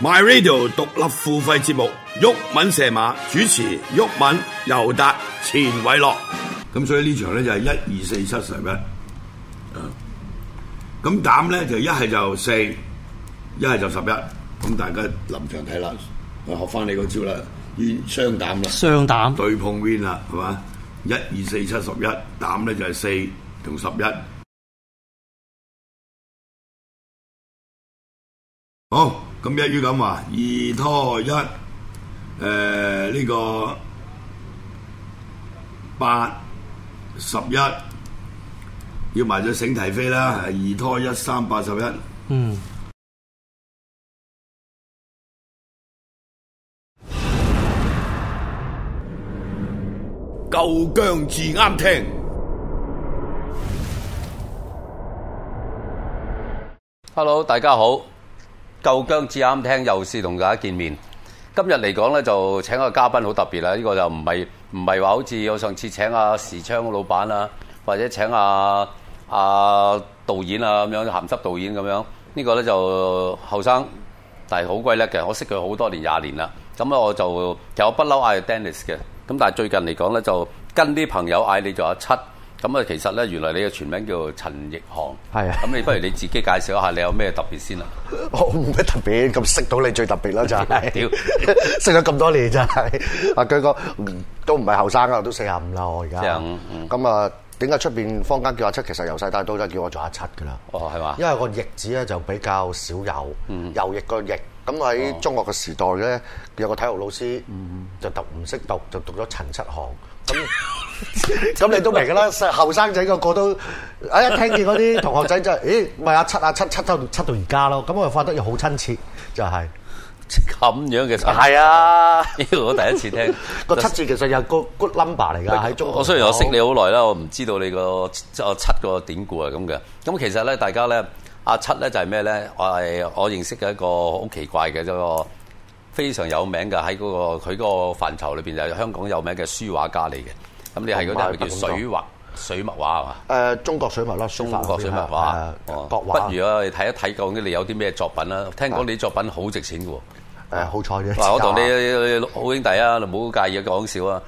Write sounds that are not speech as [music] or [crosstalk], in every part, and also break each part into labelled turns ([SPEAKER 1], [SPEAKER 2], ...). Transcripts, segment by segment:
[SPEAKER 1] My Radio 獨立付費節目，毓民射馬主持，毓民、尤達、錢偉樂。咁所以呢場咧就係一二四七十一，啊，咁膽咧就一係就四，一係就十一，咁大家臨場睇啦，我學翻你嗰招啦，冤雙膽啦。
[SPEAKER 2] 雙膽
[SPEAKER 1] 對碰 win 啦，係嘛？一二四七十一膽咧就係四同十一。好，咁一於咁話，二拖一，誒、呢、個八十一，要埋只醒提飛啦，係二拖一三八十一。
[SPEAKER 2] 嗯。
[SPEAKER 1] 夠姜至啱聽。
[SPEAKER 3] Hello，大家好，夠姜至啱聽，又是同大家見面。今日嚟講咧，就請個嘉賓好特別啦。呢、個就唔係唔係話好似我上次請阿時昌個老闆啊，或者請阿阿導演啊咁樣鹹濕導演咁樣。呢、個咧就後生，但係好鬼叻嘅。我識佢好多年，廿年啦。咁咧我就其實我不嬲嗌佢 Dennis 嘅。咁但係最近嚟講咧，就跟啲朋友嗌你做阿七。咁啊，其實咧原來你嘅全名叫陳奕航。
[SPEAKER 4] 係啊
[SPEAKER 3] 咁你不如你自己介紹一下你有咩特別先啦。啊
[SPEAKER 4] 我哦冇咩特別，咁識到你最特別啦，真係
[SPEAKER 3] 屌
[SPEAKER 4] [laughs] 識咗咁多年真係。阿姜哥嗯都唔係後生啦，都四廿五啦，我而家
[SPEAKER 3] 45嗯。
[SPEAKER 4] 咁啊，點解出邊坊間叫阿七？其實由細到大都真係叫我做阿七噶啦。
[SPEAKER 3] 哦，係嘛？
[SPEAKER 4] 因為個翼字咧就比較少有，右翼個翼。咁喺中學嘅時代咧，有個體育老師就讀唔識讀，就讀咗陳七航。
[SPEAKER 3] [laughs]
[SPEAKER 4] 咁咁你都明㗎啦，細後生仔個個都啊一聽見嗰啲同學仔就係咦，咪阿七啊七七到七到而家咯。咁我又發得又好親切，就係、
[SPEAKER 3] 咁樣嘅陳
[SPEAKER 4] 係啊，
[SPEAKER 3] 呢個我第一次聽
[SPEAKER 4] [laughs] 個七字其實又個 good number 嚟㗎喺中學
[SPEAKER 3] 我雖然我識你好耐啦，我唔知道你個即係我七個典故啊係咁嘅。咁其實咧，大家咧，阿七咧就係咩咧？我係我認識嘅一個好奇怪嘅一個非常有名嘅喺嗰個佢嗰個範疇裏邊就係香港有名嘅書畫家嚟嘅。咁你係嗰啲係咪叫水畫水墨畫係啊嘛？
[SPEAKER 4] 誒、中國水墨啦，
[SPEAKER 3] 中
[SPEAKER 4] 中
[SPEAKER 3] 國水墨畫，哦
[SPEAKER 4] 國畫，
[SPEAKER 3] 不如我哋睇一睇究竟你有啲咩作品啦。聽講你啲作品好值錢嘅喎。
[SPEAKER 4] 誒好彩啫。
[SPEAKER 3] 嗱，我同你好兄弟啊，你唔好介意講笑啊。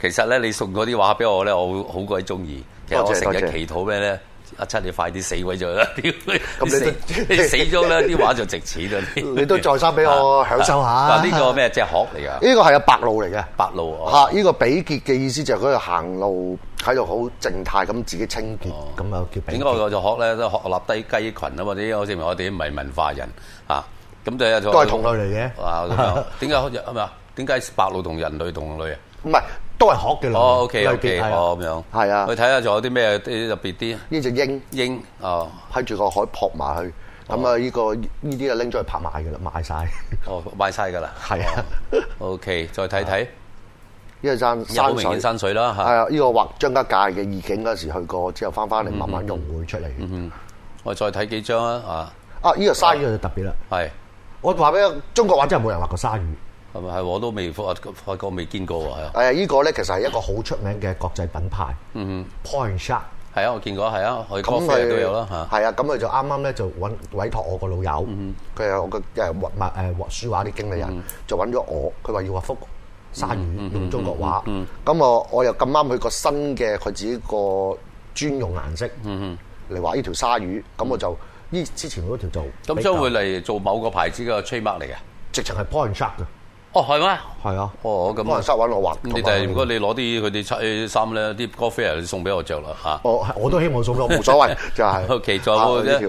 [SPEAKER 3] 其實咧，你送嗰啲畫俾我咧，我好好鬼中意。其實
[SPEAKER 4] 多
[SPEAKER 3] 我
[SPEAKER 4] 謝
[SPEAKER 3] 成日
[SPEAKER 4] 多謝
[SPEAKER 3] 祈禱咩咧？阿七，你快啲死鬼咗啦！
[SPEAKER 4] [laughs]
[SPEAKER 3] 屌你
[SPEAKER 4] 你都
[SPEAKER 3] 死你死咗咧，啲畫就值錢啦！
[SPEAKER 4] 你都再三俾我享受
[SPEAKER 3] [laughs]
[SPEAKER 4] 下
[SPEAKER 3] 啊嗱呢個咩？隻殼
[SPEAKER 4] [laughs]
[SPEAKER 3] 嚟㗎，
[SPEAKER 4] 呢個係啊白路嚟嘅，
[SPEAKER 3] 白鷺哦
[SPEAKER 4] 嚇！呢個比傑嘅意思就係佢行路喺度好靜態咁自己清潔，咁啊叫比
[SPEAKER 3] 點解
[SPEAKER 4] 傑。
[SPEAKER 3] 哦我就學咧？都學立低雞群啊嘛！啲我證明我哋唔係文化人啊。咁就
[SPEAKER 4] 都係同類嚟嘅
[SPEAKER 3] 啊，咁樣
[SPEAKER 4] [laughs]
[SPEAKER 3] 點解好似啊嘛？點解白鷺同人類同類啊？
[SPEAKER 4] 唔係 [laughs] 都係殼嘅類。
[SPEAKER 3] 哦，OK
[SPEAKER 4] 類
[SPEAKER 3] OK，
[SPEAKER 4] 別係啊
[SPEAKER 3] 哦咁樣。
[SPEAKER 4] 係啊
[SPEAKER 3] 去睇下仲有啲咩啲特別啲
[SPEAKER 4] 呢只鷹
[SPEAKER 3] 鷹哦。
[SPEAKER 4] 喺住個海撲埋去，咁啊呢個呢啲啊拎咗去拍賣嘅啦，賣晒。 [laughs]
[SPEAKER 3] 哦，賣晒㗎啦。
[SPEAKER 4] 係啊
[SPEAKER 3] 哦。OK，再睇
[SPEAKER 4] [laughs]
[SPEAKER 3] 睇，
[SPEAKER 4] 呢個山
[SPEAKER 3] 有
[SPEAKER 4] 山
[SPEAKER 3] 明顯
[SPEAKER 4] 水。
[SPEAKER 3] 山水啦
[SPEAKER 4] 係
[SPEAKER 3] 嚇。
[SPEAKER 4] 啊，呢個畫張家界嘅意境嗰時去過之後，翻翻嚟慢慢融匯出嚟
[SPEAKER 3] 嗯
[SPEAKER 4] 嘅。
[SPEAKER 3] 我再睇幾張啊，
[SPEAKER 4] 啊，呢個鯊魚就特別啦。
[SPEAKER 3] 啊，係，
[SPEAKER 4] 我話俾你，中國畫真係冇人畫過鯊魚。
[SPEAKER 3] 係咪係我都未發發覺未見過喎，係啊，
[SPEAKER 4] 誒，呢個咧其實係一個好出名嘅國際品牌。嗯 Point Shark。
[SPEAKER 3] 係啊，我見過，係啊，我
[SPEAKER 4] 咁
[SPEAKER 3] 嗰
[SPEAKER 4] 佢
[SPEAKER 3] 啡都有啦嚇。嗯
[SPEAKER 4] 係啊，咁佢就啱啱咧就揾委託我個老友，佢係我個誒畫物誒畫書畫啲經理人，就揾咗我，佢話要畫幅
[SPEAKER 3] 嗯
[SPEAKER 4] 鯊魚用中國畫，咁我我又咁啱佢個新嘅佢自己個專用顏色
[SPEAKER 3] 嗯
[SPEAKER 4] 嚟畫呢條鯊魚，咁我就呢之前嗰條就
[SPEAKER 3] 咁將會
[SPEAKER 4] 比較
[SPEAKER 3] 嚟做某個牌子嘅 trademark 嚟嘅。
[SPEAKER 4] 直情係 point shark 嘅，
[SPEAKER 3] 哦，係咩？
[SPEAKER 4] 係啊，
[SPEAKER 3] 哦，咁
[SPEAKER 4] point
[SPEAKER 3] 啊
[SPEAKER 4] shark 揾我畫，
[SPEAKER 3] 咁你哋如果你攞啲佢哋七衫咧，啲 g o f 你送俾我着啦嚇。
[SPEAKER 4] 我哦我都希
[SPEAKER 3] [laughs]
[SPEAKER 4] 望送咗，冇所謂，就係。
[SPEAKER 3] OK，仲有冇
[SPEAKER 4] 啊呢
[SPEAKER 3] 啫
[SPEAKER 4] 條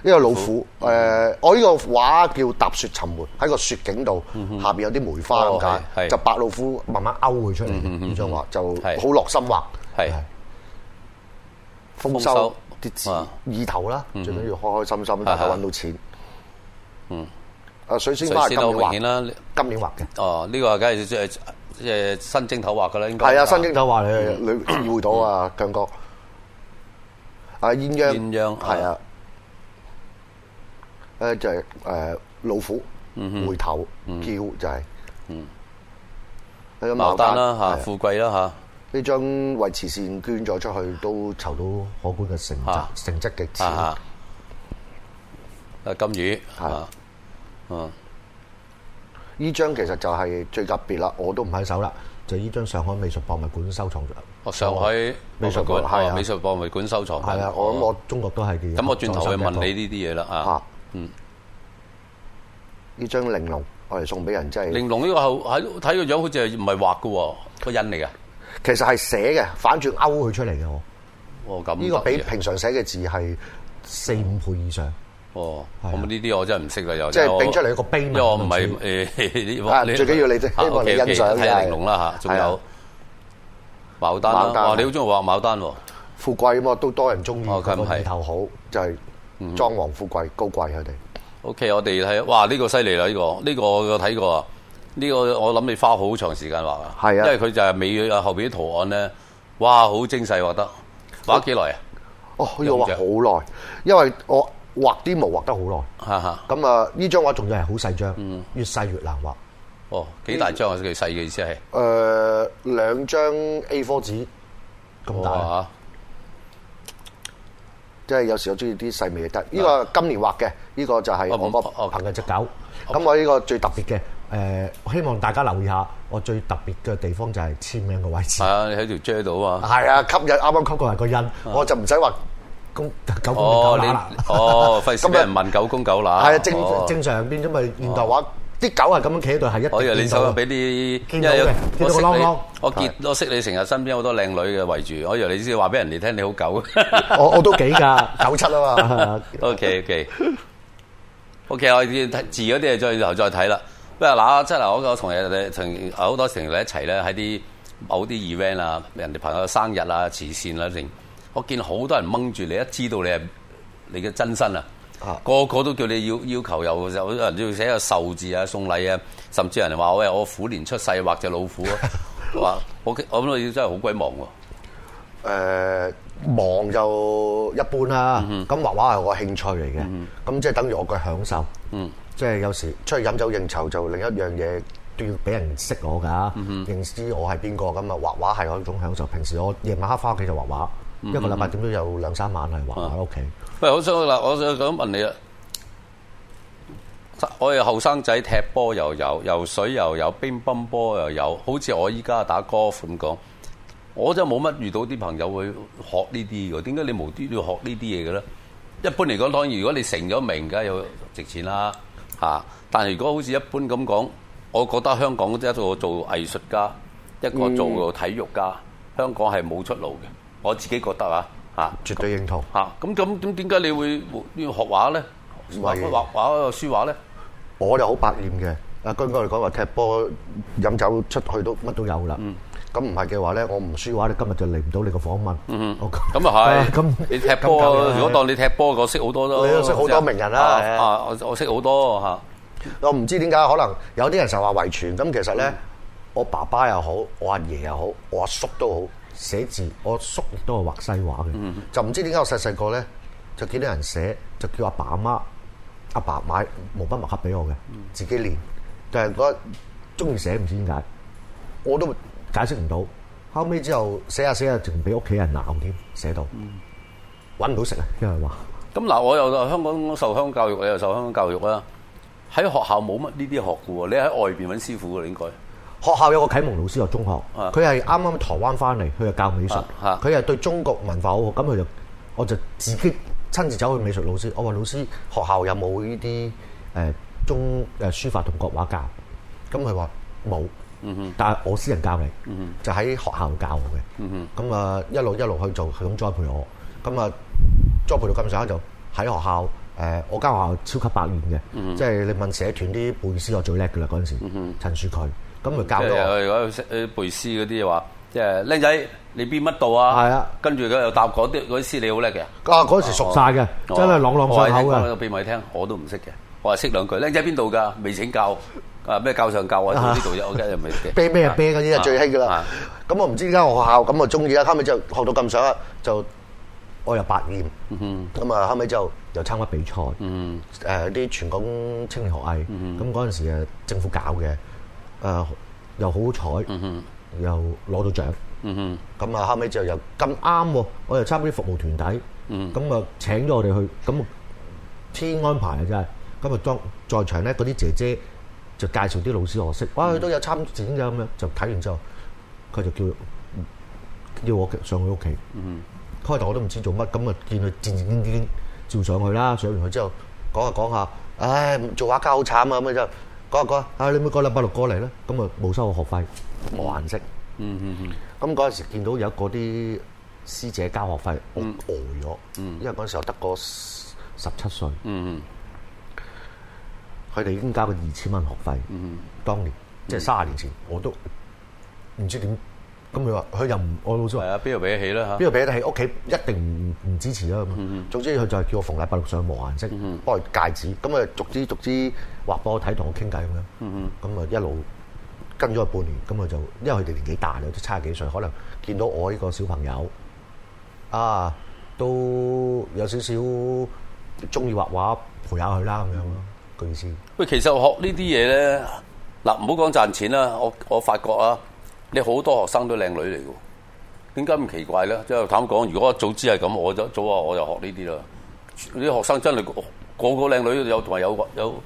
[SPEAKER 4] 呢個老虎，誒，我呢個畫叫踏雪尋梅，喺個雪景度，下邊有啲梅花咁
[SPEAKER 3] 嗯哦係
[SPEAKER 4] 解，
[SPEAKER 3] 係嗯
[SPEAKER 4] 就白老虎慢慢勾佢出嚟嘅呢張畫，就
[SPEAKER 3] 係
[SPEAKER 4] 好落心畫。
[SPEAKER 3] 係豐
[SPEAKER 4] 豐
[SPEAKER 3] 收
[SPEAKER 4] 收啲字
[SPEAKER 3] 啊
[SPEAKER 4] 意頭啦，最緊要開開心心，大家
[SPEAKER 3] 係係
[SPEAKER 4] 揾到錢。嗯，啊水仙
[SPEAKER 3] 水
[SPEAKER 4] 花係
[SPEAKER 3] 仙都好明
[SPEAKER 4] 今
[SPEAKER 3] 顯
[SPEAKER 4] 年畫，
[SPEAKER 3] 啦。
[SPEAKER 4] 今年畫嘅，
[SPEAKER 3] 哦，呢個梗係即係即係新蒸頭畫㗎啦，應該
[SPEAKER 4] 係啊，新經頭畫你
[SPEAKER 3] 嗯
[SPEAKER 4] 你意會到啊，姜哥。啊，鴛鴦，
[SPEAKER 3] 鴛鴦
[SPEAKER 4] 係
[SPEAKER 3] 啊
[SPEAKER 4] 啊，誒就係誒老虎
[SPEAKER 3] 嗯
[SPEAKER 4] 回頭叫就係，嗯，
[SPEAKER 3] 牡丹啦
[SPEAKER 4] 係
[SPEAKER 3] 嚇，
[SPEAKER 4] 啊
[SPEAKER 3] 富貴啦嚇。
[SPEAKER 4] 呢張為慈善捐咗出去都籌到可觀嘅成
[SPEAKER 3] 啊
[SPEAKER 4] 績，成績嘅錢，
[SPEAKER 3] 啊啊！啊金魚
[SPEAKER 4] 嗯係
[SPEAKER 3] 啊，嗯，
[SPEAKER 4] 依張其實就係最特別啦，我都唔喺手啦，就依張上海美術博物館收藏咗。
[SPEAKER 3] 哦，上海
[SPEAKER 4] 美術
[SPEAKER 3] 館
[SPEAKER 4] 館係
[SPEAKER 3] 哦
[SPEAKER 4] 啊，
[SPEAKER 3] 美術博物館收藏品哦
[SPEAKER 4] 係啊，我諗我中國都係嘅。
[SPEAKER 3] 咁我轉頭去問
[SPEAKER 4] 藏手
[SPEAKER 3] 你
[SPEAKER 4] 嘅
[SPEAKER 3] 呢啲嘢啦
[SPEAKER 4] 一個
[SPEAKER 3] 啊
[SPEAKER 4] 嚇。，呢張玲瓏我哋送俾人，即係
[SPEAKER 3] 玲瓏呢個後喺睇個樣好似係唔係畫嘅喎，個印嚟嘅。
[SPEAKER 4] 其實係寫嘅，反轉勾佢出嚟嘅我。
[SPEAKER 3] 哦，咁
[SPEAKER 4] 呢個
[SPEAKER 3] 得
[SPEAKER 4] 比
[SPEAKER 3] 意啊
[SPEAKER 4] 平常寫嘅字係四五倍以上。
[SPEAKER 3] 哦，
[SPEAKER 4] 係啊
[SPEAKER 3] 咁呢啲我真係唔識啊啦，又
[SPEAKER 4] 即係
[SPEAKER 3] 因為我
[SPEAKER 4] 拼出嚟一個碑文
[SPEAKER 3] 因為我唔係 [laughs] 誒，
[SPEAKER 4] 好啊最緊要你哋希望你欣賞
[SPEAKER 3] 睇下
[SPEAKER 4] 嘅
[SPEAKER 3] 玲瓏啦嚇，仲
[SPEAKER 4] 係啊
[SPEAKER 3] 有牡丹啦
[SPEAKER 4] 牡，丹啊
[SPEAKER 3] 哇！你好中意畫牡丹喎，
[SPEAKER 4] 富貴咁啊，嗯都多人中意
[SPEAKER 3] 哦
[SPEAKER 4] 佢
[SPEAKER 3] 咁
[SPEAKER 4] 個
[SPEAKER 3] 係
[SPEAKER 4] 意頭好，就係裝潢富貴、高貴佢哋。
[SPEAKER 3] OK，我哋睇，哇！呢、個犀利啦，呢、個呢、個我睇過啊，呢、個我諗你花好長時間畫啊，
[SPEAKER 4] 係啊
[SPEAKER 3] 因為佢就係尾啊後邊啲圖案咧，哇，好精細畫得，畫幾耐啊？
[SPEAKER 4] 哦，呢個畫好耐，因為我畫啲毛畫得好耐。
[SPEAKER 3] 哈哈，
[SPEAKER 4] 咁啊，呢張畫仲要係好細張，越細越難畫。
[SPEAKER 3] 哦，幾大張啊？佢細嘅意思係，
[SPEAKER 4] 誒兩張 A4 紙咁大，啊
[SPEAKER 3] 哇！
[SPEAKER 4] 即係有時我中意啲細微嘅得。呢個今年畫嘅，呢個就係我個
[SPEAKER 3] 啊哦哦
[SPEAKER 4] 朋友只狗。咁我呢個最特別嘅誒，希望大家留意下，我最特別嘅地方就係簽名嘅位置
[SPEAKER 3] 係。啊，你喺條遮度啊嘛。
[SPEAKER 4] 係啊，吸引啱啱吸過嚟個印，我就唔使話公九公
[SPEAKER 3] 哦，
[SPEAKER 4] 狗乸啦。
[SPEAKER 3] 你哦，費事俾人問狗公狗乸。
[SPEAKER 4] 啊係啊，正
[SPEAKER 3] 哦
[SPEAKER 4] 正常變咗咪現代話，啲狗係咁樣企喺度係一定
[SPEAKER 3] 我以為你
[SPEAKER 4] 見到啊
[SPEAKER 3] 手
[SPEAKER 4] 嘅
[SPEAKER 3] 俾 [laughs] 啲，
[SPEAKER 4] 見到嘅
[SPEAKER 3] 有
[SPEAKER 4] 見到
[SPEAKER 3] 我
[SPEAKER 4] 個
[SPEAKER 3] 識
[SPEAKER 4] 啷
[SPEAKER 3] 你
[SPEAKER 4] 啷，
[SPEAKER 3] 我見我識你成日身邊好多靚女嘅圍住，我以為你先話俾人哋聽你好狗。
[SPEAKER 4] 我我都幾㗎，
[SPEAKER 3] [laughs]
[SPEAKER 4] 九七啊嘛。 [laughs]
[SPEAKER 3] O K O K O K，我哋睇字嗰啲嘢再再睇啦。不過嗱，真係我我同人哋同好多成日一齊咧，喺啲某啲 event 啊，人哋朋友生日啊、慈善啦、啊，成我見好多人掹住你，一知道你係你嘅真身啊
[SPEAKER 4] 啊，
[SPEAKER 3] 個個都叫你要要求有有人要寫個壽字啊、送禮啊，甚至有人話喂我虎年出世畫只老虎啊，話我我諗你真係好鬼忙喎。
[SPEAKER 4] 誒、忙就一般啦，咁、畫畫係我興趣嚟嘅，咁、即係等於我嘅享受。即係有時出去飲酒應酬就另一樣嘢都要俾人識我㗎，認知我係邊個咁啊！畫畫係我一種享受。平時我夜晚黑翻屋企就畫畫，一個禮拜點都有兩三晚係畫畫喺屋企。
[SPEAKER 3] 喂，我想嗱，我想想問你啦，我哋後生仔踢波又有，游水又有，乒乓波又有，好似我依家打 golf 咁講，我真係冇乜遇到啲朋友會學呢啲嘅，點解你無端端要學呢啲嘢嘅咧？一般嚟講，當然如果你成咗名，梗係有值錢啦嚇、但係如果好似一般咁講，我覺得香港一個做藝術家，一個做體育家，香港係冇出路嘅。我自己覺得啊嚇。
[SPEAKER 4] 絕對認同。
[SPEAKER 3] 嚇！咁咁咁點解你會要學畫咧？
[SPEAKER 4] 唔
[SPEAKER 3] 畫
[SPEAKER 4] 係
[SPEAKER 3] 畫畫書畫咧？
[SPEAKER 4] 我就好百厭嘅。啊，居哥嚟講話踢波、飲酒、出去都乜都有啦。咁唔係嘅話咧，我唔輸嘅話咧，今日就嚟唔到你個訪問。我
[SPEAKER 3] 咁啊係。
[SPEAKER 4] 咁
[SPEAKER 3] 你踢
[SPEAKER 4] 咁
[SPEAKER 3] 波，
[SPEAKER 4] 夠啦
[SPEAKER 3] 如果當你踢波，我識好多都。
[SPEAKER 4] 你都識好多名人啦
[SPEAKER 3] 啊
[SPEAKER 4] 係啊
[SPEAKER 3] 啊！我我識好多嚇。
[SPEAKER 4] 我唔知點解，可能有啲人就話遺傳，咁其實咧，我爸爸又好，我阿爺又好，我阿叔都好，寫字我叔亦都係畫西畫嘅，就唔知點解我細細個咧就見到人寫，就叫阿爸阿媽阿爸買毛筆墨盒俾我嘅，自己練，但係嗰中意寫唔知點解，我都解釋唔到。後尾之後寫下寫下，仲俾屋企人鬧添，寫到揾唔到食啊，因為話
[SPEAKER 3] 咁嗱，我又香港受香港教育，你又受香港教育啦。喺學校冇乜呢啲學嘅喎，你喺外邊揾師傅嘅應該。
[SPEAKER 4] 學校有個啟蒙老師，我中學，
[SPEAKER 3] 啊
[SPEAKER 4] 佢係啱啱台灣翻嚟，佢係教美術
[SPEAKER 3] 啊，啊
[SPEAKER 4] 佢係對中國文化好好，咁佢就我就自己親自走去美術老師，我話老師學校有冇呢啲誒中誒書法同國畫教？咁佢話冇，
[SPEAKER 3] 嗯
[SPEAKER 4] 但係我私人教你，就喺學校教我
[SPEAKER 3] 嗯
[SPEAKER 4] 嘅，咁啊、一路一路去做，佢咁栽培我，咁啊栽培到咁上下就喺學校。誒、我間學校超級百年嘅，
[SPEAKER 3] 嗯
[SPEAKER 4] 即係你問社團啲背詩我最叻㗎啦嗰陣時，陳樹渠，咁佢教
[SPEAKER 3] 即
[SPEAKER 4] 咗我。
[SPEAKER 3] 係如果識誒背詩嗰啲話，即係僆仔你邊乜度啊？
[SPEAKER 4] 係啊。
[SPEAKER 3] 跟住佢又答嗰啲嗰啲詩你好叻嘅。
[SPEAKER 4] 啊！嗰時熟晒嘅，真係朗朗上口
[SPEAKER 3] 哦我個
[SPEAKER 4] 嘅。
[SPEAKER 3] 秘密聽，我都唔識嘅。我係識兩句，僆仔邊度㗎？未請教啊咩教上教啊？到呢度啫，我梗係未嘅。
[SPEAKER 4] 啤咩啤嗰啲
[SPEAKER 3] 啊
[SPEAKER 4] 就最興噶
[SPEAKER 3] 啊
[SPEAKER 4] 啦。咁我唔知點解我學校咁我中意啊啦，後尾就學到咁上下就我又百厭，
[SPEAKER 3] 嗯
[SPEAKER 4] 咁啊後尾就又參加比賽，誒啲全港青年學藝，
[SPEAKER 3] 嗯
[SPEAKER 4] 咁嗰陣時誒政府搞嘅，誒又好好
[SPEAKER 3] 嗯
[SPEAKER 4] 彩，又攞到獎。咁啊，後尾就又咁啱喎，我又參加啲服務團體，咁啊請咗我哋去，咁天安排啊真係，咁啊當在場咧嗰啲姐姐就介紹啲老師我識，哇佢都有參展㗎咁樣，就睇完之後，佢就叫叫我上佢屋企。開頭我都唔知做乜，咁啊見佢戰戰兢兢照上去啦，上完去之後講下講下，唉做畫家好慘啊咁啊就講下講下，啊你每個禮拜六過嚟啦，咁啊冇收我學費，我顏色。咁嗰陣時見到有一個啲師姐交學費，我呆咗，因為嗰陣時候得個十七歲，
[SPEAKER 3] 嗯
[SPEAKER 4] 佢哋已經交咗二千蚊學費，當年即係三十年前，我都唔知點。咁佢話佢又唔，我老師話
[SPEAKER 3] 係。啊，邊度俾得起啦
[SPEAKER 4] 邊
[SPEAKER 3] 嚇？
[SPEAKER 4] 度俾得起？屋企一定唔唔支持啦。咁、啊總之佢就係叫我逢禮拜六上磨顏色，幫佢戒指。咁啊，逐支逐支畫俾我睇，同我傾偈咁樣。咁啊、一路跟咗佢半年，咁啊就因為佢哋年紀大啦，都差幾歲，可能見到我呢個小朋友啊，都有少少中意畫畫，陪下佢啦咁樣咯。個意思
[SPEAKER 3] 喂，其實學呢啲嘢咧，嗱唔好講賺錢啦，我我發覺啊，你好多學生都靚女嚟嘅喎，點解咁奇怪咧？即係坦白講，如果我早知係咁，我就早啊我就學呢啲啦。啲學生真係個個靚女有同埋有有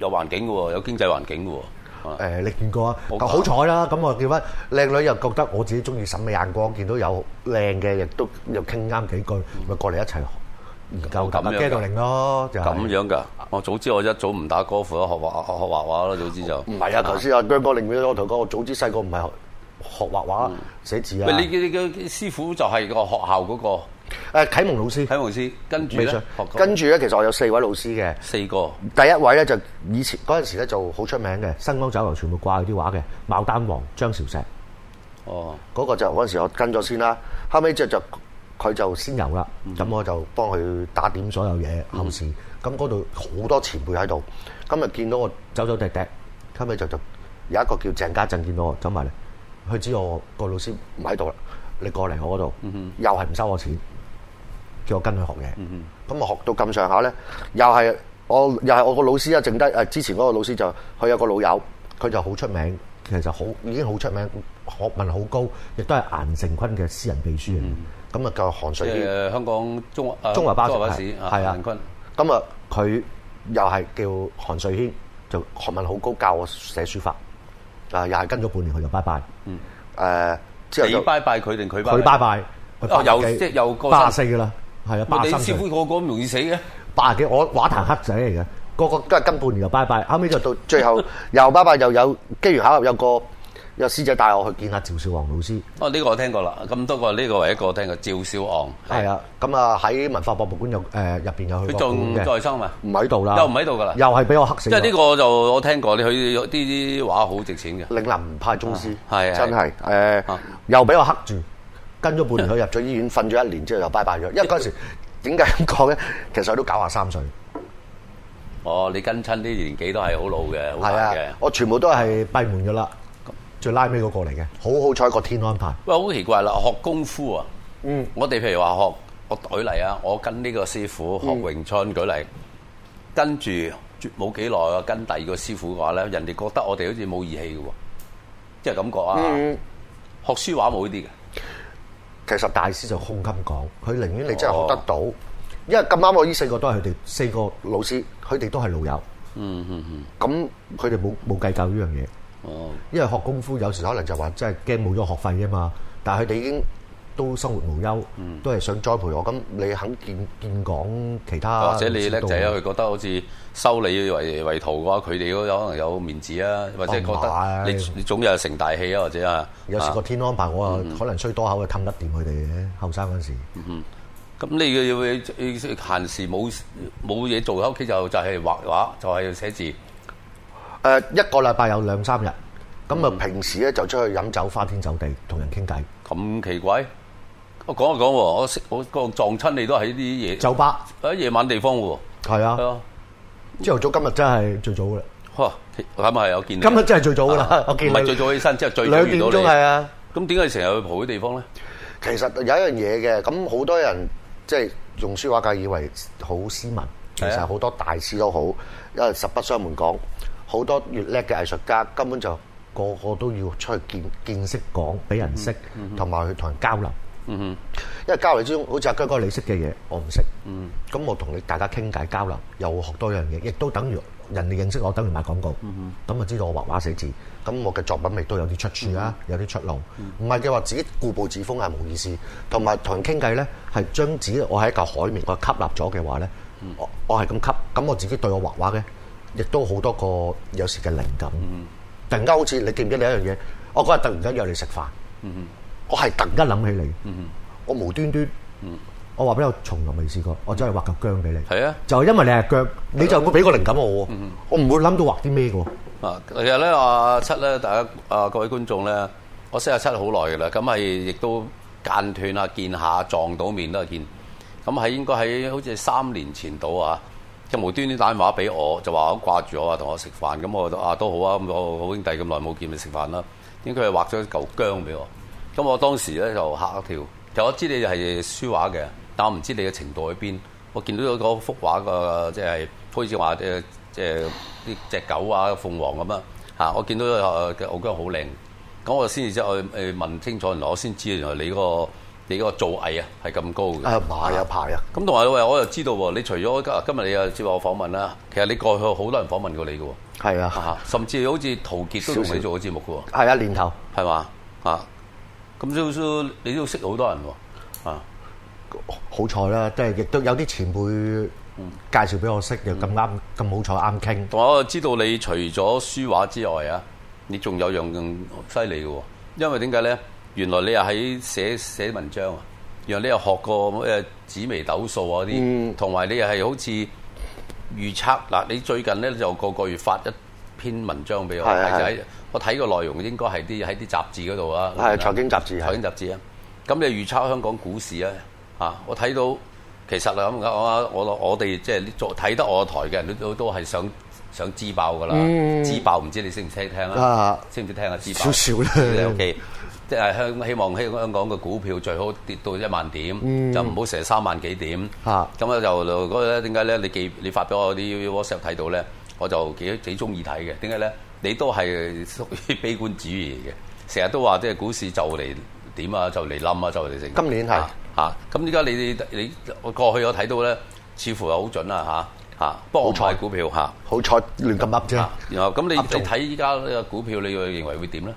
[SPEAKER 3] 有環境嘅喎，有經濟環境嘅喎。
[SPEAKER 4] 誒、你見過啊？
[SPEAKER 3] 好
[SPEAKER 4] 但好彩啦，咁我叫翻靚女又覺得我自己中意審美眼光，見到有靚嘅，亦都又傾啱幾句，咪過嚟一齊研究咁
[SPEAKER 3] 嗯咁
[SPEAKER 4] 啊
[SPEAKER 3] 樣㗎
[SPEAKER 4] g 到零咯，就係
[SPEAKER 3] 咁樣噶，我早知我一早唔打歌符啦，學畫學畫畫啦，早知就
[SPEAKER 4] 唔係啊！頭先阿姜哥令我同佢講，我早知細個唔係學學畫畫、
[SPEAKER 3] 嗯
[SPEAKER 4] 寫字啊
[SPEAKER 3] 喂，。你你嘅師傅就係個學校嗰個
[SPEAKER 4] 誒啟蒙老師，
[SPEAKER 3] 啟蒙師，跟住
[SPEAKER 4] 未
[SPEAKER 3] 咧
[SPEAKER 4] 上
[SPEAKER 3] 學過
[SPEAKER 4] 跟住咧，其實我有四位老師嘅。
[SPEAKER 3] 四個，
[SPEAKER 4] 第一位咧就以前嗰陣時咧就好出名嘅，新光酒樓全部掛佢啲畫嘅，牡丹王張兆石。
[SPEAKER 3] 哦，
[SPEAKER 4] 嗰個就嗰陣時我跟咗先啦，後尾就就佢就先有啦，咁、我就幫佢打點所有嘢後事，咁嗰度好多前輩喺度，今日見到我走走趯趯，後尾就就有一個叫鄭家振見到我走埋嚟，佢知我個老師唔喺度啦，你過嚟我嗰度，又係唔收我錢，叫我跟佢學嘢，
[SPEAKER 3] 嗯
[SPEAKER 4] 咁我學到咁上下咧，又係我又係我個老師啊，剩低誒之前嗰個老師就佢有個老友，佢就好出名，其實好已經好出名，學問好高，亦都係顏成坤嘅私人秘書嚟嘅，咁啊叫韓
[SPEAKER 3] 即
[SPEAKER 4] 水堅，
[SPEAKER 3] 嗯係香港中華
[SPEAKER 4] 中華巴士
[SPEAKER 3] 中華巴士
[SPEAKER 4] 係係啊
[SPEAKER 3] 陳坤
[SPEAKER 4] 咁啊佢又係叫韓水堅，就學問好高，教我寫書法，啊又係跟咗半年佢就拜拜，誒之
[SPEAKER 3] 嗯
[SPEAKER 4] 後
[SPEAKER 3] 你
[SPEAKER 4] 就
[SPEAKER 3] 拜拜佢定佢拜
[SPEAKER 4] 佢拜拜，佢
[SPEAKER 3] 哦又
[SPEAKER 4] 八十幾
[SPEAKER 3] 即係又過身
[SPEAKER 4] 八十四噶啦，係啊八
[SPEAKER 3] 喂
[SPEAKER 4] 十
[SPEAKER 3] 你
[SPEAKER 4] 三歲
[SPEAKER 3] 師傅個個咁容易死嘅，
[SPEAKER 4] 八十幾，我畫壇黑仔嚟嘅，個個都係跟半年就拜拜，後尾就到最 [laughs] 後又拜拜，又有機緣巧合有個有師姐帶我去見下趙少昂老師，
[SPEAKER 3] 哦呢個我聽過啦，咁多個呢個唯一一個我聽過趙少昂，
[SPEAKER 4] 係啊，咁啊喺文化博物館有誒入邊有
[SPEAKER 3] 佢
[SPEAKER 4] 去過
[SPEAKER 3] 仲
[SPEAKER 4] 館
[SPEAKER 3] 在
[SPEAKER 4] 嘅，
[SPEAKER 3] 生嘛？
[SPEAKER 4] 唔喺度啦，
[SPEAKER 3] 又唔喺度㗎啦
[SPEAKER 4] 又係俾我黑死
[SPEAKER 3] 即
[SPEAKER 4] 咗，
[SPEAKER 3] 係呢個就我聽過，你佢有啲啲畫好值錢嘅，
[SPEAKER 4] 嶺南唔派宗師，
[SPEAKER 3] 啊係係
[SPEAKER 4] 真係誒
[SPEAKER 3] 啊，
[SPEAKER 4] 又俾我黑住，跟咗半年，佢入咗醫院，瞓咗一年之後又拜拜咗，因為嗰陣
[SPEAKER 3] [laughs]
[SPEAKER 4] 時點解咁講咧？其實佢都九廿三歲。
[SPEAKER 3] 哦你跟親啲年紀都係好老嘅，好
[SPEAKER 4] 係
[SPEAKER 3] 大
[SPEAKER 4] 啊
[SPEAKER 3] 嘅，。
[SPEAKER 4] 我全部都係閉門噶啦，最拉尾嗰個嚟嘅，好好彩個天安排。
[SPEAKER 3] 喂，好奇怪啦！學功夫啊，嗯，我哋譬如話學，我舉例啊，我跟呢個師傅學詠春舉例，
[SPEAKER 4] 嗯
[SPEAKER 3] 跟住冇幾耐啊，跟第二個師傅嘅話咧，人哋覺得我哋好似冇義氣嘅喎，即係感覺啊。
[SPEAKER 4] 嗯
[SPEAKER 3] 學書畫冇呢啲嘅，
[SPEAKER 4] 其實大師就胸襟講，佢寧願你真係學
[SPEAKER 3] 哦
[SPEAKER 4] 得到，因為咁啱我呢四個都係佢哋四個老師，佢哋都係老友。嗯嗯嗯。咁佢哋冇冇計較呢樣嘢，
[SPEAKER 3] 哦，
[SPEAKER 4] 因為學功夫有時可能就話真係驚冇咗學費啊嘛，但係佢哋已經。都生活無憂，
[SPEAKER 3] 嗯
[SPEAKER 4] 都係想栽培我。咁你肯見見講其他，
[SPEAKER 3] 或者你叻仔啊，
[SPEAKER 4] 啊，
[SPEAKER 3] 佢覺得好似收你為為徒嘅話，佢哋都有可能有面子啊，或者覺
[SPEAKER 4] 哦唔
[SPEAKER 3] 得
[SPEAKER 4] 係
[SPEAKER 3] 你你總有成大器啊，或者啊，
[SPEAKER 4] 有時
[SPEAKER 3] 啊
[SPEAKER 4] 個天安排我啊，可能衰多口啊，氹得掂佢哋嘅後生嗰陣時。
[SPEAKER 3] 咁你嘅要要閒時冇冇嘢做喺屋企就就係畫畫，就係寫字。
[SPEAKER 4] 誒、呃一個禮拜有兩三日，咁
[SPEAKER 3] 嗯
[SPEAKER 4] 啊平時咧就出去飲酒、花天酒地，同人傾偈，
[SPEAKER 3] 咁奇怪？我講一講喎，我識我個撞親你都喺啲夜
[SPEAKER 4] 酒吧
[SPEAKER 3] 喺夜晚地方喎，
[SPEAKER 4] 係
[SPEAKER 3] 係
[SPEAKER 4] 啊，
[SPEAKER 3] 啊，
[SPEAKER 4] 朝頭早今日真係最早噶啦，
[SPEAKER 3] 哇，咁係我見你
[SPEAKER 4] 今日真係最早噶
[SPEAKER 3] 啊
[SPEAKER 4] 啦，我見
[SPEAKER 3] 唔係最
[SPEAKER 4] 你
[SPEAKER 3] 早起身，即係最早
[SPEAKER 4] 兩點
[SPEAKER 3] 遇到
[SPEAKER 4] 鐘
[SPEAKER 3] 你。嗯
[SPEAKER 4] 係啊。
[SPEAKER 3] 咁點解你成日去蒲啲地方咧？
[SPEAKER 4] 其實有一樣嘢嘅，咁好多人即係用書畫界以為好斯文，其
[SPEAKER 3] 係啊
[SPEAKER 4] 實好多大師都好，因為實不相瞞講，好多越叻嘅藝術家根本就個個都要出去見見識講俾人識，
[SPEAKER 3] 嗯
[SPEAKER 4] 同埋去同人交流。因為交流之中，好似阿姜哥你識嘅嘢，我唔識。咁我同你大家傾偈交流，又學多樣嘢，亦都等於人哋認識我，等於賣廣告，咁啊知道我畫畫寫字，咁我嘅作品亦都有啲出處啊，有啲出路。唔係嘅話，自己固步自封係冇意思，同埋同人傾偈咧，係將自己我喺一嚿海綿，我吸納咗嘅話咧，我我係咁吸，咁我自己對我畫畫嘅，亦都好多個有時嘅靈感。突然間好似你記唔記得你一樣嘢？我嗰日突然間約你食飯，我係突然間諗起你，我無端端，我話俾你，我從來未試過，我真係畫嚿姜俾你。
[SPEAKER 3] 係啊
[SPEAKER 4] 就係因為你係腳，你就會俾個靈感我喎。我唔會諗到畫啲咩嘅喎。
[SPEAKER 3] 啊，其實咧，阿七咧，大家啊各位觀眾咧，我識阿啊七好耐嘅啦，咁係亦都間斷啊，見下撞到面都係見。咁係應該喺好似三年前到啊，就無端端打電話俾我，就話好掛住我啊，同我食飯。咁我就啊都好啊，咁我好兄弟咁耐冇見，咪食飯啦。點解佢係畫咗嚿姜俾我？咁我當時咧就嚇一跳。其實我知你係書畫嘅，但我唔知你嘅程度喺邊。我見到嗰幅畫嘅即係好似話誒即係呢只狗啊、鳳凰咁啊嚇，我見到誒嘅敖姜好靚。咁我先至即係誒問清楚，原來我先知原來你嗰個你嗰個造詣啊係咁高嘅。
[SPEAKER 4] 啊馬有排啊，
[SPEAKER 3] 咁同埋喂，我又知道喎，你除咗今今日你又接我訪問啦，其實你過去好多人訪問過你嘅喎，
[SPEAKER 4] 係啊，
[SPEAKER 3] 啊甚至好似陶傑都
[SPEAKER 4] 少
[SPEAKER 3] 同
[SPEAKER 4] 少
[SPEAKER 3] 你做過節目嘅
[SPEAKER 4] 係啊，年頭
[SPEAKER 3] 喎，係嘛啊？咁都都你都識好多人喎，啊
[SPEAKER 4] 好彩啦，即係亦都有啲前輩介紹俾我識，又咁啱咁好彩啱傾。
[SPEAKER 3] 同埋我又知道你除咗書畫之外啊，你仲有樣更犀利嘅喎，因為點解咧？原來你又喺寫寫文章啊，原來你又學過誒紫微斗數啊啲，
[SPEAKER 4] 嗯
[SPEAKER 3] 同埋、你又係好似預測嗱，你最近咧就個個月發一篇文章俾我，
[SPEAKER 4] 係係
[SPEAKER 3] 係就喺我睇個內容應該係啲喺啲雜誌嗰度啊，
[SPEAKER 4] 係財經雜誌
[SPEAKER 3] 財經
[SPEAKER 4] 係
[SPEAKER 3] 雜誌啊。咁你預測香港股市啊？啊，我睇到其實啊咁講啊，我我哋即係呢做睇得我台嘅人都都係想想知爆㗎啦，知爆唔知你識唔識聽啊
[SPEAKER 4] 嗯啊？
[SPEAKER 3] 識唔識聽啊？知爆
[SPEAKER 4] 少少啦
[SPEAKER 3] OK，即係香希望香香港嘅股票最好跌到一萬點，
[SPEAKER 4] 嗯
[SPEAKER 3] 就唔好成三萬幾點。
[SPEAKER 4] 啊
[SPEAKER 3] 咁咧就嗰個咧點解咧？你記你發俾我啲 WhatsApp 睇到咧，我就幾幾中意睇嘅。點解咧？你都係屬於悲觀主義嚟嘅，成日都話即係股市就嚟點啊，就嚟冧啊，就嚟成。
[SPEAKER 4] 今年係
[SPEAKER 3] 啊嚇，咁依家你你我過去我睇到咧，似乎係好準啦嚇嚇，不過我唔買股票嚇。
[SPEAKER 4] 好彩亂咁噏啫
[SPEAKER 3] 嚇。然後咁你
[SPEAKER 4] 噏中
[SPEAKER 3] 你睇依家呢個股票，你會認為會點咧？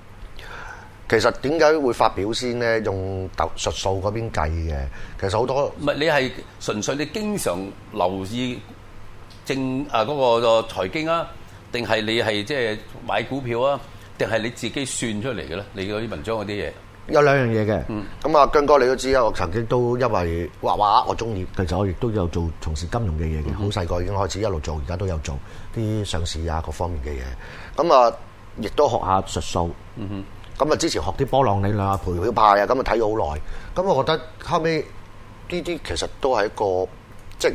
[SPEAKER 4] 其實點解會發表先咧？用特術數嗰邊計嘅，其實好多
[SPEAKER 3] 唔係你係純粹你經常留意正啊嗰、個財經啊，定係你係即係買股票啊，定係你自己算出嚟嘅咧？你嗰啲文章嗰啲嘢，
[SPEAKER 4] 有兩樣嘢嘅。咁啊、姜哥你都知啦，我曾經都因為畫畫我中意，其實我亦都有做從事金融嘅嘢嘅，好細個已經開始一路做，而家都有做啲上市啊各方面嘅嘢。咁啊，亦都學下術數。咁啊，之前學啲波浪理論啊、培曉派啊，咁啊睇咗好耐。咁我覺得後尾呢啲其實都係一個即係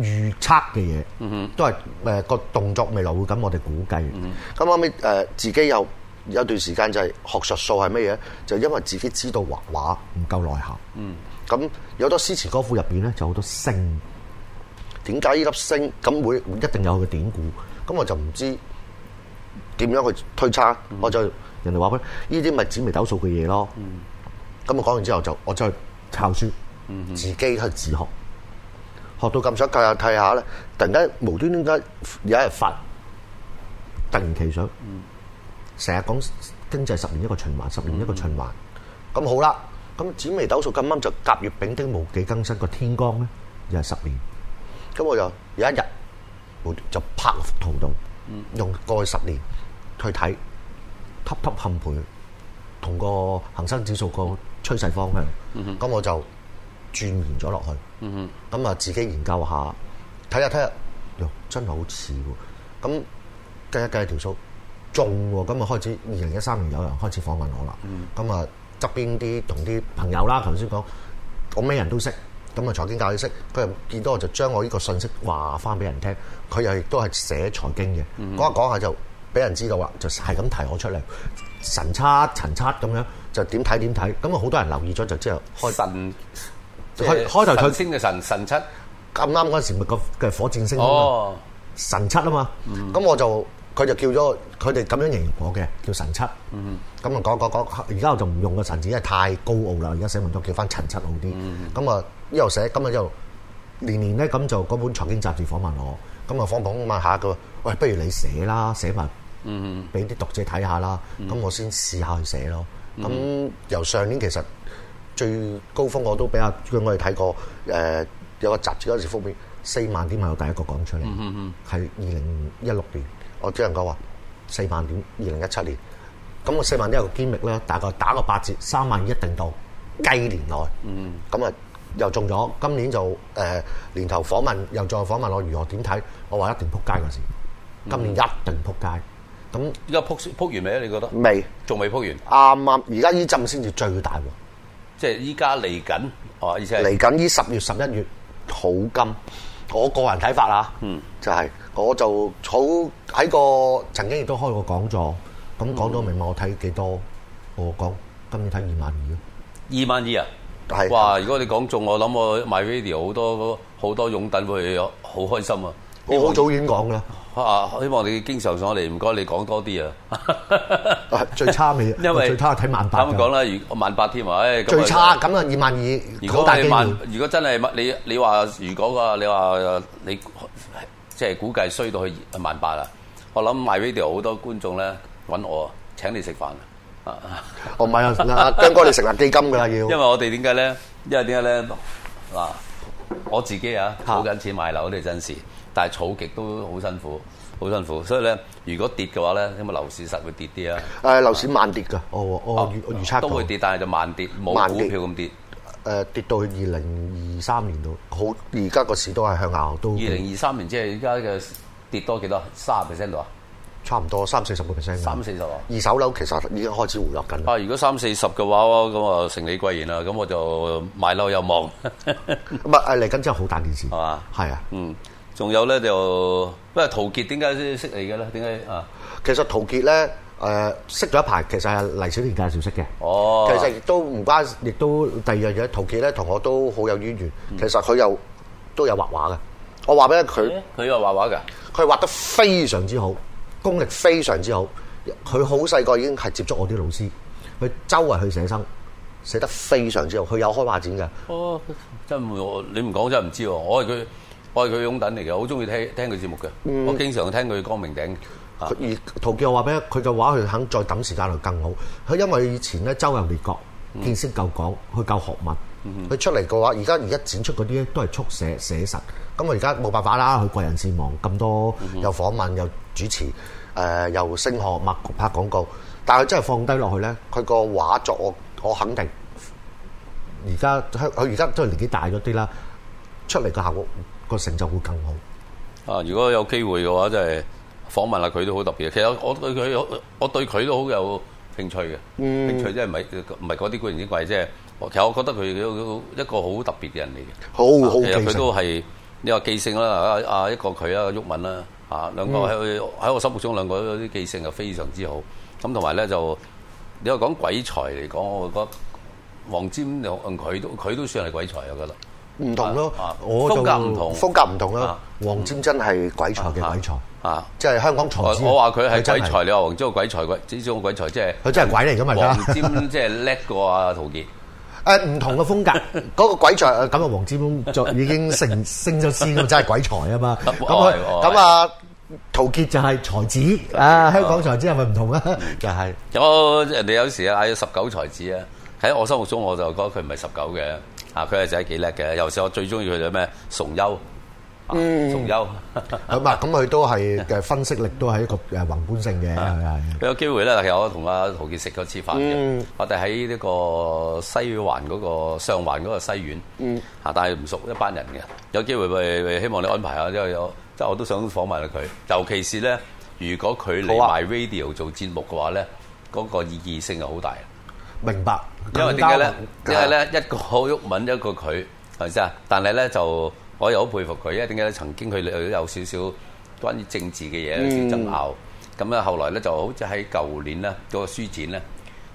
[SPEAKER 4] 預測嘅嘢，都係誒個動作未來會咁，我哋估計。咁後尾誒自己又有段時間就係學術數係乜嘢？就因為自己知道畫畫唔夠內涵。咁有好多詩詞歌賦入邊咧，就好多星。點解呢粒星咁會一定有佢嘅典故？咁我就唔知點樣去推測，我就嗯嗯人哋話俾你呢啲咪紫微斗數嘅嘢咯。咁我講完之後就我就去抄書，自己去自學，嗯學到咁上下下睇下咧，突然間無端端間有人發嗯突然其想，成日講經濟十年一個循環，十年一個循環。嗯咁好啦，咁紫微斗數咁啱就甲乙丙丁戊己庚辛個天光咧，又係十年。咁我就有一日無端就拍幅圖度，用過去十年去睇，吸吸冚盤，同個恒生指數個趨勢方向。咁我就轉研咗落去。咁啊，自己研究下，睇下睇下，哟，真係好似喎。咁計一計條數中喎，咁啊開始二零一三年有人開始訪問我啦。咁啊側邊啲同啲朋友啦，頭先講我咩人都識，咁啊財經教你識，佢又見到我就將我呢個信息話翻俾人聽，佢又亦都係寫財經嘅，講下講下就俾人知道啦，就係咁提我出嚟。神差陳測咁樣就點睇點睇，咁啊好多人留意咗就之後開
[SPEAKER 3] 神即
[SPEAKER 4] 開開頭嗯佢
[SPEAKER 3] 神星嘅神神七
[SPEAKER 4] 咁啱嗰陣時咪個嘅火箭升空啊
[SPEAKER 3] 哦，
[SPEAKER 4] 神七啊嘛，咁、我就佢就叫咗佢哋咁樣形容我嘅叫神七，咁啊講講講，而家我就唔用個神字，因為太高傲啦。而家寫文章叫翻陳七好啲，咁啊一路寫，咁啊一路年年咧咁就嗰本財經雜誌訪問我，咁啊放榜嘛下一個，喂，不如你寫啦，寫埋，嗯，俾啲讀者睇下啦，咁我先試下去寫咯。咁由上年其實最高峰我都比較，我哋睇過誒有個雜誌嗰陣時封面四萬點係我第一個講出嚟，係二零一六年，我只能夠話四萬點，二零一七年。咁我四萬點有個堅力咧，大概打個八折，三萬一定到，雞年內。咁啊、又中咗，今年就誒、呃年頭訪問又再訪問我如何點睇，我話一定撲街嗰時，今年一定撲街。咁
[SPEAKER 3] 而家撲撲完未啊？你覺得？
[SPEAKER 4] 未
[SPEAKER 3] 仲未撲完，
[SPEAKER 4] 啱啱而家呢陣先至最大喎，
[SPEAKER 3] 即係依家嚟緊，哦，意思係
[SPEAKER 4] 嚟緊呢十月十一月好金，我個人睇法啊，
[SPEAKER 3] 嗯
[SPEAKER 4] 就係、我就好喺個曾經亦都開過講座，
[SPEAKER 3] 嗯
[SPEAKER 4] 咁講到明我睇幾多，我講今年睇二萬二咯。
[SPEAKER 3] 二萬二啊！
[SPEAKER 4] 係
[SPEAKER 3] 哇！如果你講中，我諗我 my video 好多好多擁趸會好開心啊！
[SPEAKER 4] 我好早已經
[SPEAKER 3] [laughs]
[SPEAKER 4] 講㗎啦，
[SPEAKER 3] 啊！希望你經常上嚟，唔該你講多啲啊！
[SPEAKER 4] 啊最差未？
[SPEAKER 3] [laughs] 因為
[SPEAKER 4] 最差睇萬八
[SPEAKER 3] 啱
[SPEAKER 4] 㗎。
[SPEAKER 3] 講啦，如萬八添啊！唉咁啊
[SPEAKER 4] 最差咁啊，二萬二，
[SPEAKER 3] 如
[SPEAKER 4] 好
[SPEAKER 3] 果
[SPEAKER 4] 大
[SPEAKER 3] 你
[SPEAKER 4] 機
[SPEAKER 3] 萬
[SPEAKER 4] 會。，
[SPEAKER 3] 如果真係你你話，如果個你話你即係估計衰到去萬八啦，我諗 my video 好多觀眾咧揾我請你食飯啊！
[SPEAKER 4] 哦，唔係啊，
[SPEAKER 3] [laughs]
[SPEAKER 4] 嗱姜哥你成立基金㗎啦要
[SPEAKER 3] 因為。我哋點解咧？因為點解咧？嗱，我自己啊，
[SPEAKER 4] 嚇
[SPEAKER 3] 儲緊錢買樓呢陣時，但係儲極都好辛苦，好辛苦。所以咧，如果跌嘅話咧，咁啊樓市實會跌啲啊。
[SPEAKER 4] 誒樓市慢跌㗎，我我
[SPEAKER 3] 啊
[SPEAKER 4] 預我預測到
[SPEAKER 3] 都會跌，但係就慢跌，冇
[SPEAKER 4] 慢
[SPEAKER 3] 股
[SPEAKER 4] 跌
[SPEAKER 3] 票咁跌。
[SPEAKER 4] 誒跌到去二零二三年度，好而家個市都係向下，都
[SPEAKER 3] 二零二三年即係而家嘅跌多幾多？三十 percent 度啊？
[SPEAKER 4] 差唔多三四十個 percent。
[SPEAKER 3] 三四十啊？
[SPEAKER 4] 二手樓其實已經開始回落緊啦。
[SPEAKER 3] 啊！如果三四十嘅話，咁啊成李貴言啦，咁我就買樓有望。 [laughs]
[SPEAKER 4] 唔係啊誒嚟緊真係好大件事，
[SPEAKER 3] 係
[SPEAKER 4] 係
[SPEAKER 3] 嘛
[SPEAKER 4] 啊。
[SPEAKER 3] 嗯，仲有咧就，不過陶傑點解識你嘅咧？點解啊？
[SPEAKER 4] 其實陶傑咧誒識咗一排，其實係黎小田介紹識嘅。
[SPEAKER 3] 哦，
[SPEAKER 4] 其實亦都唔關，亦都第二樣嘢，陶傑咧同我都好有淵源。
[SPEAKER 3] 嗯
[SPEAKER 4] 其實佢又都有畫畫嘅。我話俾你聽佢。
[SPEAKER 3] 佢又畫畫㗎。
[SPEAKER 4] 佢畫得非常之好，功力非常之好。佢好細個已經係接觸我啲老師，佢周圍去寫生，寫得非常之好。佢有開畫展嘅，
[SPEAKER 3] 哦，真唔我你唔講真係唔知喎。我係佢，我係佢擁趸嚟嘅，好中意聽聽佢節目嘅。我經常聽佢光明頂。啊，
[SPEAKER 4] 佢而陶傑我話俾佢佢嘅畫，佢肯再等時間嚟更好。佢因為以前咧周遊列國，
[SPEAKER 3] 嗯
[SPEAKER 4] 見識夠廣，佢夠學問。佢出嚟嘅話，而家而家展出嗰啲咧都係速寫寫實。咁我而家冇辦法啦，佢貴人事忙咁多，
[SPEAKER 3] 嗯
[SPEAKER 4] 又訪問又主持，誒、又升學拍拍廣告。但係佢真係放低落去咧，佢個畫作我我肯定，而家佢佢而家都係年紀大咗啲啦，出嚟個效果個成就會更好。
[SPEAKER 3] 啊，如果有機會嘅話，真係訪問下佢都好特別嘅。其實我對佢好，我對佢都好有興趣嘅。興趣即係唔係唔係嗰啲古靈精怪，即係我其實我覺得佢一個好特別嘅人嚟嘅。
[SPEAKER 4] 好好
[SPEAKER 3] 啊其
[SPEAKER 4] 記
[SPEAKER 3] 實佢
[SPEAKER 4] 性
[SPEAKER 3] 都係你話記性啦，啊啊一個佢啊，鬱敏啦，啊兩個
[SPEAKER 4] 嗯
[SPEAKER 3] 喺佢喺我心目中兩個啲記性係非常之好。咁同埋咧就你話講鬼才嚟講，我覺得黃霑同佢都佢都算係鬼才，我覺得。
[SPEAKER 4] 唔同咯
[SPEAKER 3] 啊啊，
[SPEAKER 4] 我就
[SPEAKER 3] 風格唔同
[SPEAKER 4] 風格唔同啦
[SPEAKER 3] 啊。
[SPEAKER 4] 黃霑真係鬼才嘅鬼才，
[SPEAKER 3] 啊！
[SPEAKER 4] 即係香港才
[SPEAKER 3] 我
[SPEAKER 4] 子。
[SPEAKER 3] 我話佢係
[SPEAKER 4] 真
[SPEAKER 3] 鬼才，你話黃霑個鬼才鬼，呢種鬼才即係
[SPEAKER 4] 佢真係鬼啊嚟㗎嘛而家
[SPEAKER 3] 黃霑即係叻過啊陶傑。
[SPEAKER 4] 誒唔同嘅風
[SPEAKER 3] [laughs]
[SPEAKER 4] 格，嗰個鬼才誒咁啊，黃霑就已經成 [laughs] 升咗仙咁，真係鬼才啊嘛。咁
[SPEAKER 3] 我
[SPEAKER 4] 佢
[SPEAKER 3] 係我係
[SPEAKER 4] 咁啊，陶傑就係才子啊，香港才子係咪唔同啊？就係
[SPEAKER 3] 有人哋有時嗌十九才子啊，喺我心目中我就覺得佢唔係十九嘅，啊佢係真係幾叻嘅。尤其是我最中意佢就咩崇優，啊崇優。
[SPEAKER 4] 咁啊，咁佢都係嘅分析力都係一個誒宏觀性嘅，係係。
[SPEAKER 3] 佢有機會咧，其實我同阿陶傑食過次飯嘅，我哋喺呢個西環嗰、個上環嗰個西苑，啊、但係唔熟一班人嘅，有機會咪咪希望你安排下，因為有即係我都想訪問下佢，尤其是咧，如果佢嚟
[SPEAKER 4] 好啊
[SPEAKER 3] 埋 radio 做節目嘅話咧，嗰、個意義性係好大。
[SPEAKER 4] 明白。
[SPEAKER 3] 因為點解咧？因
[SPEAKER 4] 更加
[SPEAKER 3] 為咧一個鬱敏，一個佢係咪先啊？但係咧就我又好佩服佢，因為點解咧？曾經佢哋有少少關於政治嘅嘢有少少爭拗，咁咧後來咧就好似喺舊年咧嗰個書展咧，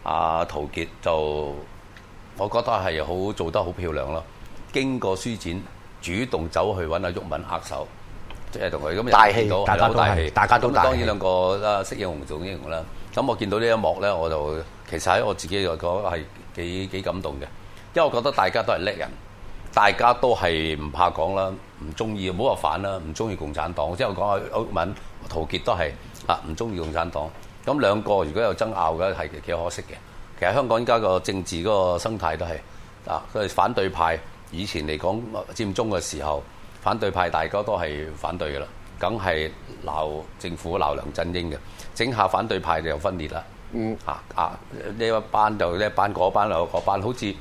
[SPEAKER 3] 阿陶傑就我覺得係好做得好漂亮咯。經過書展，主動走去揾阿鬱敏握手，即係同佢咁
[SPEAKER 4] 大
[SPEAKER 3] 人見
[SPEAKER 4] 氣
[SPEAKER 3] 到
[SPEAKER 4] 大家
[SPEAKER 3] 係
[SPEAKER 4] 都
[SPEAKER 3] 好大
[SPEAKER 4] 係
[SPEAKER 3] 氣，
[SPEAKER 4] 大家都
[SPEAKER 3] 咁啊
[SPEAKER 4] 大
[SPEAKER 3] 當
[SPEAKER 4] 氣
[SPEAKER 3] 然兩個啊啦，識英雄做英雄啦。咁我見到呢一幕咧，我就其實喺我自己嚟講係幾幾感動嘅，因為我覺得大家都係叻人，大家都係唔怕講啦，唔中意唔好話反啦，唔中意共產黨。即係我講下歐文、陶傑都係啊，唔中意共產黨。咁兩個如果有爭拗嘅係幾可惜嘅。其實香港依家個政治嗰個生態都係啊，佢係反對派以前嚟講佔中嘅時候，反對派大家都係反對嘅啦，梗係鬧政府鬧梁振英嘅，整下反對派就有分裂啦。嗯啊啊！呢一班就呢一班，嗰班又嗰班，好似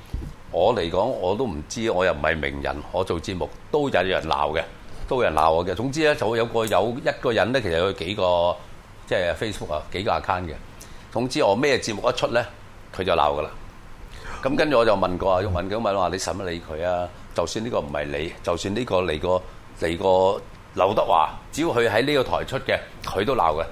[SPEAKER 3] 我嚟講我都唔知，我又唔係名人，我做節目都有人鬧嘅，都有人鬧我嘅。總之咧，就有個有一個人咧，其實有幾個即係 Facebook 啊幾個 account 嘅。總之我咩節目一出咧，佢就鬧噶啦。咁跟住我就問過阿鬱文，咁問話你使乜理佢啊？就算呢個唔係你，就算呢個嚟個嚟個劉德華，只要佢喺呢個台出嘅，佢都鬧嘅，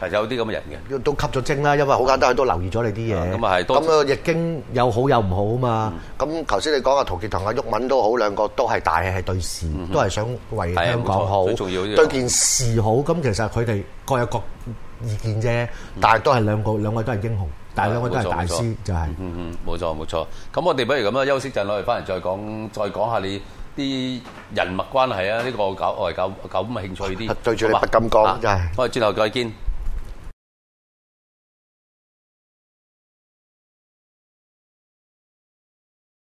[SPEAKER 3] 係有啲咁嘅人嘅。
[SPEAKER 4] 都吸咗精啦，因為好簡單，佢都留意咗你啲嘢。
[SPEAKER 3] 咁啊係多謝嗯
[SPEAKER 4] 咁啊，易經有好有唔好啊嘛。咁頭先你講阿啊陶傑同阿鬱敏都好，兩個都係大氣係對事，都係想為香港好，
[SPEAKER 3] 嗯係啊冇錯最重要呢個
[SPEAKER 4] 對件事好。咁其實佢哋各有各意見啫，但係都係兩個兩位都係英雄，但係兩位都係大
[SPEAKER 3] 冇錯冇
[SPEAKER 4] 師
[SPEAKER 3] 錯，
[SPEAKER 4] 就係
[SPEAKER 3] 嗯嗯，冇錯冇錯。咁我哋不如咁啦，休息陣，我哋翻嚟再講，再講下你啲人脈關係啊！呢、個我搞我係搞搞咁興趣啲，
[SPEAKER 4] 對住你
[SPEAKER 3] 好嘛
[SPEAKER 4] 不敢講
[SPEAKER 3] 啊
[SPEAKER 4] 真係
[SPEAKER 3] 我哋轉頭再見。